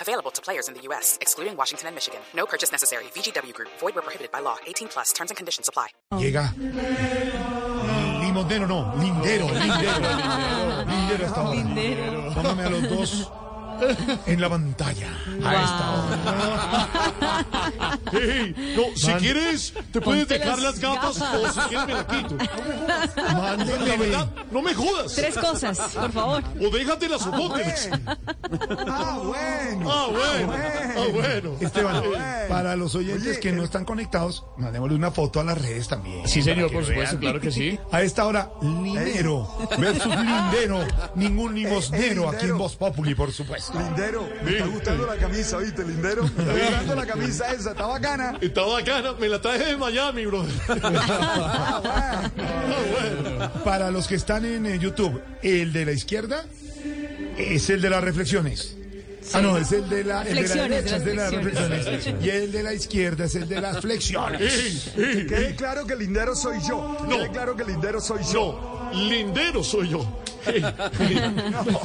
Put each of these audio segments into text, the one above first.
Available to players in the U.S., excluding Washington and Michigan. No purchase necessary. VGW Group, void were prohibited by law. 18 plus terms and conditions apply. Llega. Limondero, no. Lindero, lindero. Lindero hasta ahora. Póngame a los dos en la pantalla. A esta hora. Ey, no, si quieres, te puedes dejar las gafas o si quieres me la quito. Mándeme. La verdad, no me jodas. Tres cosas, por favor. O déjate las soportes. Ah, bueno. Ah, bueno. Ah, bueno. Esteban, para los oyentes que no están conectados, mandémosle una foto a las redes también. Sí, señor, por supuesto, claro que sí. A esta hora, Lindero versus Lindero. Ningún limosnero aquí en Voz Populi, por supuesto. Lindero, me está gustando la camisa, ¿viste, Lindero? Me está gustando la camisa esa, está bacana. Está bacana, me la traje de Miami, bro. Para los que están en eh, YouTube, el de la izquierda es el de las reflexiones. Ah, no, es el de la, el de la Flexiones, derecha, es de las flexiones. reflexiones. Y el de la izquierda es el de las flexiones. Que quede claro que Lindero soy yo. Que quede claro que Lindero soy yo. No, lindero soy yo. Hey,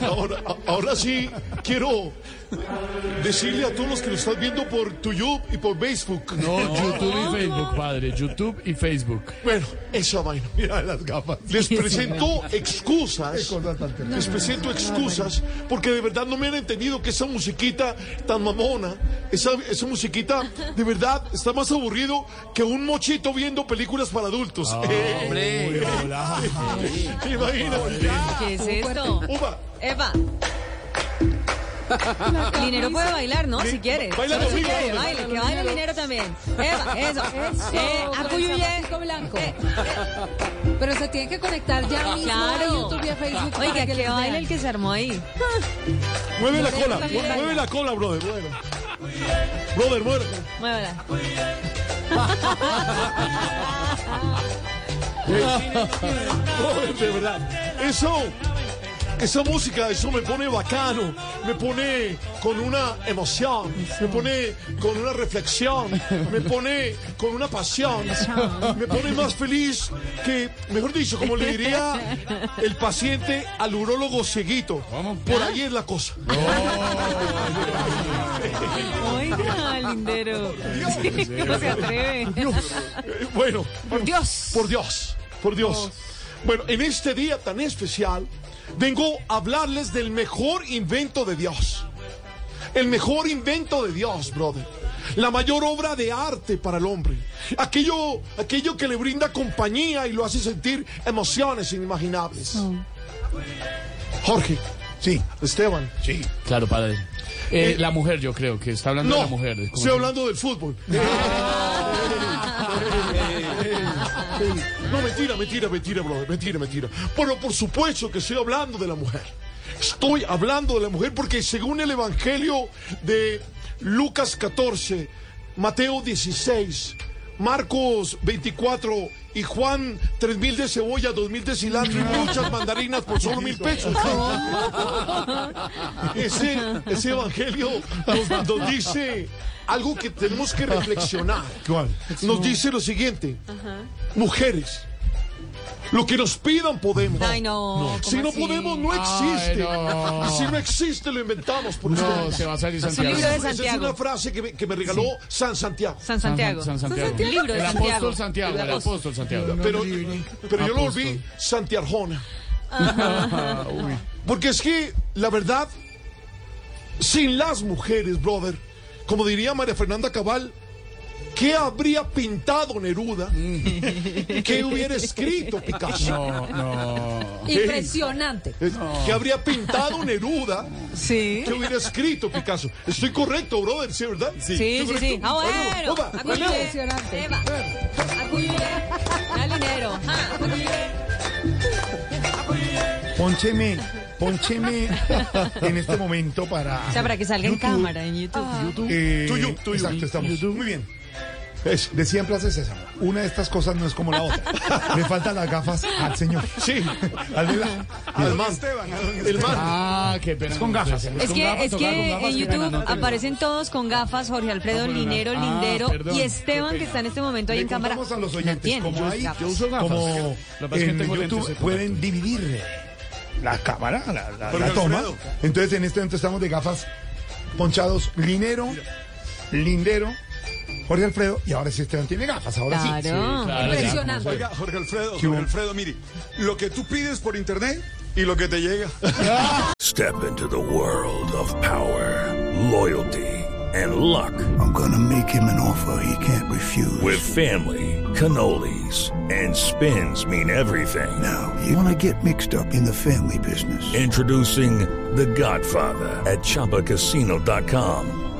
ahora, ahora sí quiero decirle a todos los que lo están viendo por YouTube y por Facebook. No, YouTube y Facebook, padre. YouTube y Facebook. Bueno, esa vaina. Mira las gafas. Les presento excusas. Con las panteras. Les presento excusas porque de verdad no me han entendido que esa musiquita tan mamona, esa, esa musiquita de verdad está más aburrido que un mochito viendo películas para adultos. Hombre, Imagínate. ¿Qué es esto? Uva, Eva. Linero puede bailar, ¿no? Si quieres. Baila Solo si conmigo, quiere, baila, baila, que baile Linero también. Eva, eso. Eh, Acuyuye. blanco. Eh. Pero se tiene que conectar ya mismo a Claro. YouTube y a Facebook. para Oiga, que los baile vean. el que se armó ahí. Mueve la cola, mue- mueve la cola, brother. Bueno. Brother, muere. Muévala. Brother, de verdad. Eso, esa música, eso me pone bacano, me pone con una emoción, me pone con una reflexión, me pone con una pasión, me pone más feliz que, mejor dicho, como le diría el paciente al urólogo cieguito. Por ahí es la cosa. Oiga, Lindero. ¿Cómo se atreve? Eh, Bueno, Por Dios. Por Dios, por Dios. Bueno, en este día tan especial, vengo a hablarles del mejor invento de Dios. El mejor invento de Dios, brother. La mayor obra de arte para el hombre. Aquello, aquello que le brinda compañía y lo hace sentir emociones inimaginables. Jorge, Sí, Esteban. sí. Claro, padre. Eh, la mujer, yo creo que está hablando de No, la mujer. ¿Cómo estoy se- hablando del fútbol. Eh, eh, No, mentira, mentira, mentira, brother, mentira, mentira. Pero por supuesto que estoy hablando de la mujer. Estoy hablando de la mujer porque según el Evangelio de Lucas 14, Mateo 16, Marcos 24 y Juan 3.000 de cebolla, 2.000 de cilantro y muchas mandarinas por solo mil pesos. Ese, ese evangelio nos, nos dice algo que tenemos que reflexionar. ¿Cuál? Nos dice lo siguiente, mujeres, lo que nos pidan podemos. Ay, no. ¿cómo Si no así? podemos, no existe. no. Y si no existe, lo inventamos por No, ustedes. se va a salir Es un Santiago. libro de Esa es Santiago. una frase que me, que me regaló San Santiago. San Santiago. San Santiago. El libro de El Santiago. apóstol Santiago, el apóstol Santiago. Pero, pero yo lo Apóstol. volví Santiarjona. Porque es que, la verdad, sin las mujeres, brother, como diría María Fernanda Cabal, ¿qué habría pintado Neruda? ¿Qué hubiera escrito Picasso? No, no. Impresionante. Es- ¿Qué habría pintado Neruda? Sí. ¿Qué hubiera escrito Picasso? Estoy correcto, brother, ¿sí, verdad? Sí, sí, Estoy sí. correcto. Ah, bueno. Opa, Acuyuye. Impresionante. Eva. Acuyuye. Dale, Linero. Ah, acuyuye. Póncheme, póncheme en este momento para. Ah. O sea, para que salga en cámara en YouTube. Eh, Tuyo, tuyo. Exacto, estamos. Muy bien. Eso. De siempre hace César. Una de estas cosas no es como la otra. Le faltan las gafas al señor. Sí, Al de la- al man. Esteban, a don Esteban. El man. Ah, qué pena. con gafas. ustedes. Es Con que, gafas, es tocar con que gafas, en qué pena, YouTube no, qué pena. aparecen todos con gafas, Jorge Alfredo, con Linero, gafas. Ah, Lindero perdón, y qué Esteban, que está en este momento ahí Le en cámara. contamos a los No oyentes tienen cómo las hay- gafas. Yo uso gafas. Como Lo que pasa es que en tengo lentes, YouTube ese pueden dividir la cámara, la, la- Jorge la toma. Alfredo. Entonces en este momento estamos de gafas ponchados Linero, Lindero, Jorge Alfredo y ahora sí Esteban tiene gafas, ahora sí. Claro. claro, ya. Impresionante. Oiga, Jorge Alfredo, hubo? Jorge Alfredo, mire, lo que tú pides por internet y lo que te llega. Step into the world of power, loyalty, and luck. I'm going to make him an offer he can't refuse. With family, cannolis, and spins mean everything. Now, you want to get mixed up in the family business? Introducing The Godfather at ChumbaCasino.com.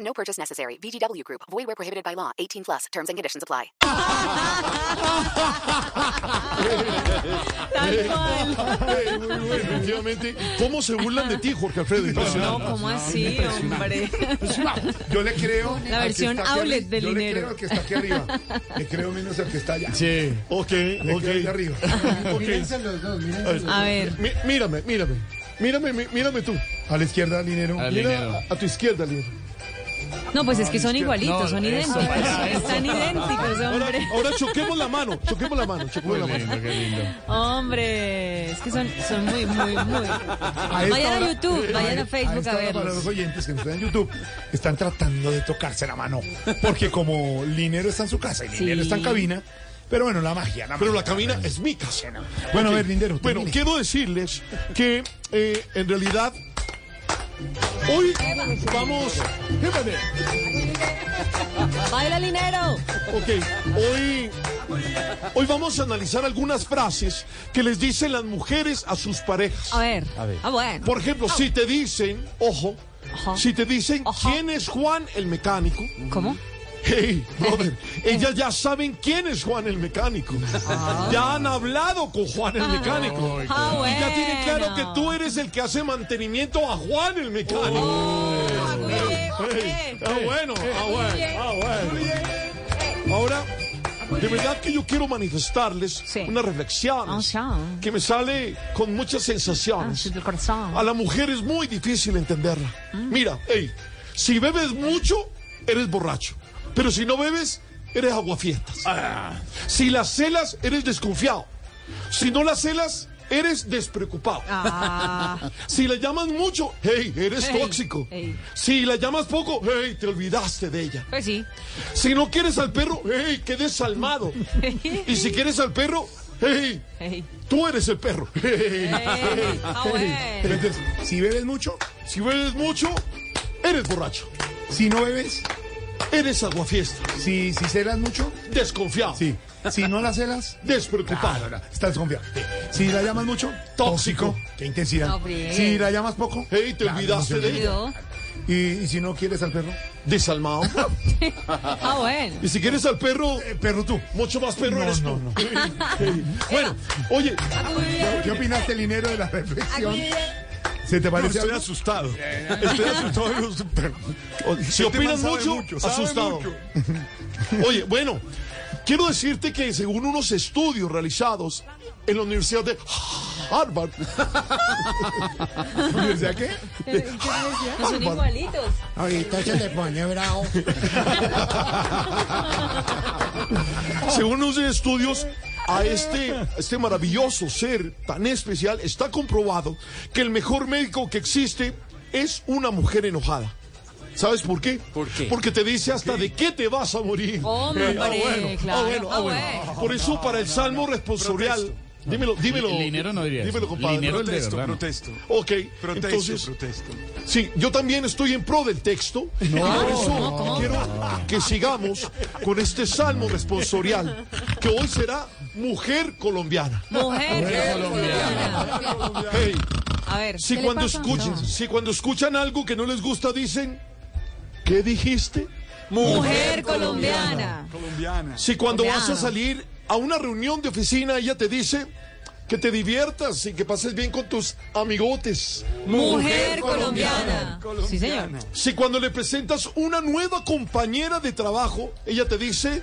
No purchase necessary. VGW Group. Void where prohibited by law. 18 plus. Terms and conditions apply. Tal cual. Eh, muy bueno, efectivamente. ¿Cómo se burlan de ti, Jorge Alfredo? No, Impresionante. ¿cómo así, hombre? Yo le creo. al que versión está aquí outlet arri- del yo Linero. Le creo al que está aquí arriba. Le creo menos al que está allá. Sí. Ok, Le creo al de ok. arriba. okay. A ver. Mí- Mírame, mírame. Mírame, mí- mírame tú. A la izquierda Linero. Al dinero. Mira a, a tu izquierda, Lino. No, pues es que son igualitos, son No, eso, idénticos. eso. Están idénticos, Ahora, hombre. ahora choquemos la mano, choquemos la mano, choquemos la Muy mano. lindo, qué lindo. Hombre, es que son, son muy, muy, muy. esta Vayan a hora- eh, YouTube, vayan a esta Facebook a hora, Para los verlos. oyentes que nos están en YouTube, están tratando de tocarse la mano. Porque como Linero está en su casa y Linero Sí. está en cabina, pero bueno, la magia. La Pero la magia. cabina es mi casa. Bueno, a ver, Lindero. Bueno, termine. quiero decirles que eh, en realidad hoy vamos. Espérame, pues. ¡Baila Linero! Ok, hoy, hoy vamos a analizar algunas frases que les dicen las mujeres a sus parejas. A ver. Ah, bueno. Por ejemplo, si te dicen, ojo, Ajá. si te dicen Ajá. quién es Juan el mecánico, ¿Cómo? hey, brother, ellas ya saben quién es Juan el mecánico. Ya han hablado con Juan el mecánico. Ah, bueno. Y ya tiene claro que tú eres el que hace mantenimiento a Juan el Oh, mecánico. Ah, Agüe, Hey, agüe. ah, bueno, ah, bueno, ah, bueno. Ahora, de verdad que yo quiero manifestarles Sí. unas reflexiones Ah, sí. que me sale con muchas Ah, sensaciones. sí, del corazón. A la mujer es muy difícil entenderla. Mira, hey, si bebes mucho, eres borracho. Pero si no bebes, eres aguafiestas. Si las celas, eres desconfiado. Si no las celas, eres despreocupado. Ah, Si la llamas mucho, hey, eres Hey, tóxico. hey. Si la llamas poco, hey, te olvidaste de ella. pues sí. Si no quieres al perro, hey, qué desalmado. y si quieres al perro, hey, Ey. tú eres el perro. Hey. Ey, ah, bueno. Entonces, si bebes mucho, Si bebes mucho, eres borracho. si no bebes, Eres aguafiesta. si, si celas mucho, Desconfiado. sí. Si no la celas, Despreocupado. claro, estás desconfiado. Sí. Si la llamas mucho, Tóxico. Qué intensidad. No, bien. si la llamas poco, Hey, te claro, olvidaste no se de olvida. ella. Yo. Y, y si no quieres al perro, Desalmado. Ah, bueno. y si quieres al perro, eh, perro tú. mucho más perro No, eres no, tú. no. Ah, bueno, oye, Agüe. ¿Qué opinaste, Linero, de la reflexión? eh, ¿Se te No, parece estoy algo? asustado. Estoy asustado. digo, pero- si Este man opinas sabe mucho, sabe asustado. mucho. Oye, bueno, quiero decirte que según unos estudios realizados en la Universidad de Harvard, ¿Universidad qué? Ah, No son igualitos. Ahorita se le pone bravo. según unos estudios, a este, a este maravilloso ser tan especial está comprobado que el mejor médico que existe es una mujer enojada. ¿Sabes por qué? Porque te dice hasta de qué te vas a morir. Hombre, ah, bueno, claro. ah, bueno, ah, bueno. Ah, Por eso para el salmo responsorial, dímelo, dímelo. Linero no diría eso. Dímelo, compadre. Linero es de Protesto, verdad, ¿no? protesto. Ok, Protesto, entonces, protesto. sí, yo también estoy en pro del texto. y por eso quiero que sigamos con este salmo responsorial, que hoy será Mujer Colombiana. Mujer colombiana. Hey, A ver. si le cuando pasa? escuchan, si cuando escuchan algo que no les gusta dicen, ¿qué dijiste? Mujer colombiana. Colombiana. Si cuando vas a Colombiana. salir a una reunión de oficina, ella te dice que te diviertas y que pases bien con tus amigotes. Mujer colombiana. Sí, señor. Si cuando le presentas una nueva compañera de trabajo, ella te dice,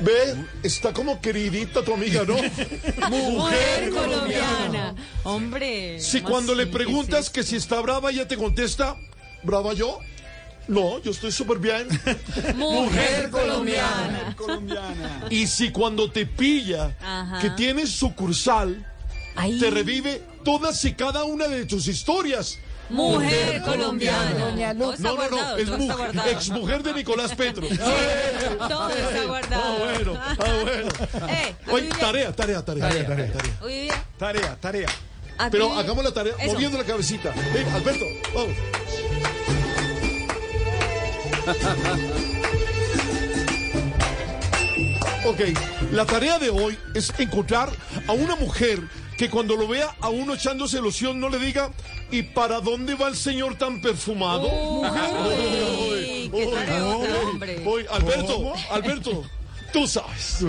ve, está como queridita tu amiga, ¿no? Mujer colombiana. Hombre. Si ¿cómo cuando le así? ¿Qué es preguntas eso? que si está brava, ella te contesta, ¿brava yo? No, yo estoy súper bien. Mujer colombiana. Colombiana. Y si cuando te pilla Ajá. que tienes sucursal, Ay, te revive todas y cada una de tus historias. Mujer colombiana. Doña Todo Lu- está No, no, no, guardado. es Todo está mujer, guardado. ex mujer de Nicolás Petro. Todo está guardado. Ah, bueno, ah, bueno. Eh, Oye, atribuye- tarea, tarea, tarea. tarea, tarea, tarea. Oye, bien. Tarea, tarea. Pero atribuye- hagamos la tarea Eso. moviendo la cabecita. Ven, Alberto, vamos. Ok, la tarea de hoy es encontrar a una mujer que cuando lo vea a uno echándose loción no le diga ¿y para dónde va el señor tan perfumado? Uy, qué tareota, hombre. Uy, Alberto, Alberto, tú sabes. Tú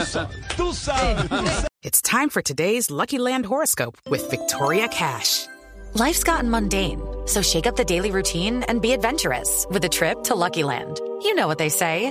sabes. Tú sabes. It's time for today's Lucky Land horoscope with Victoria Cash. Life's gotten mundane, so shake up the daily routine and be adventurous with a trip to Lucky Land. You know what they say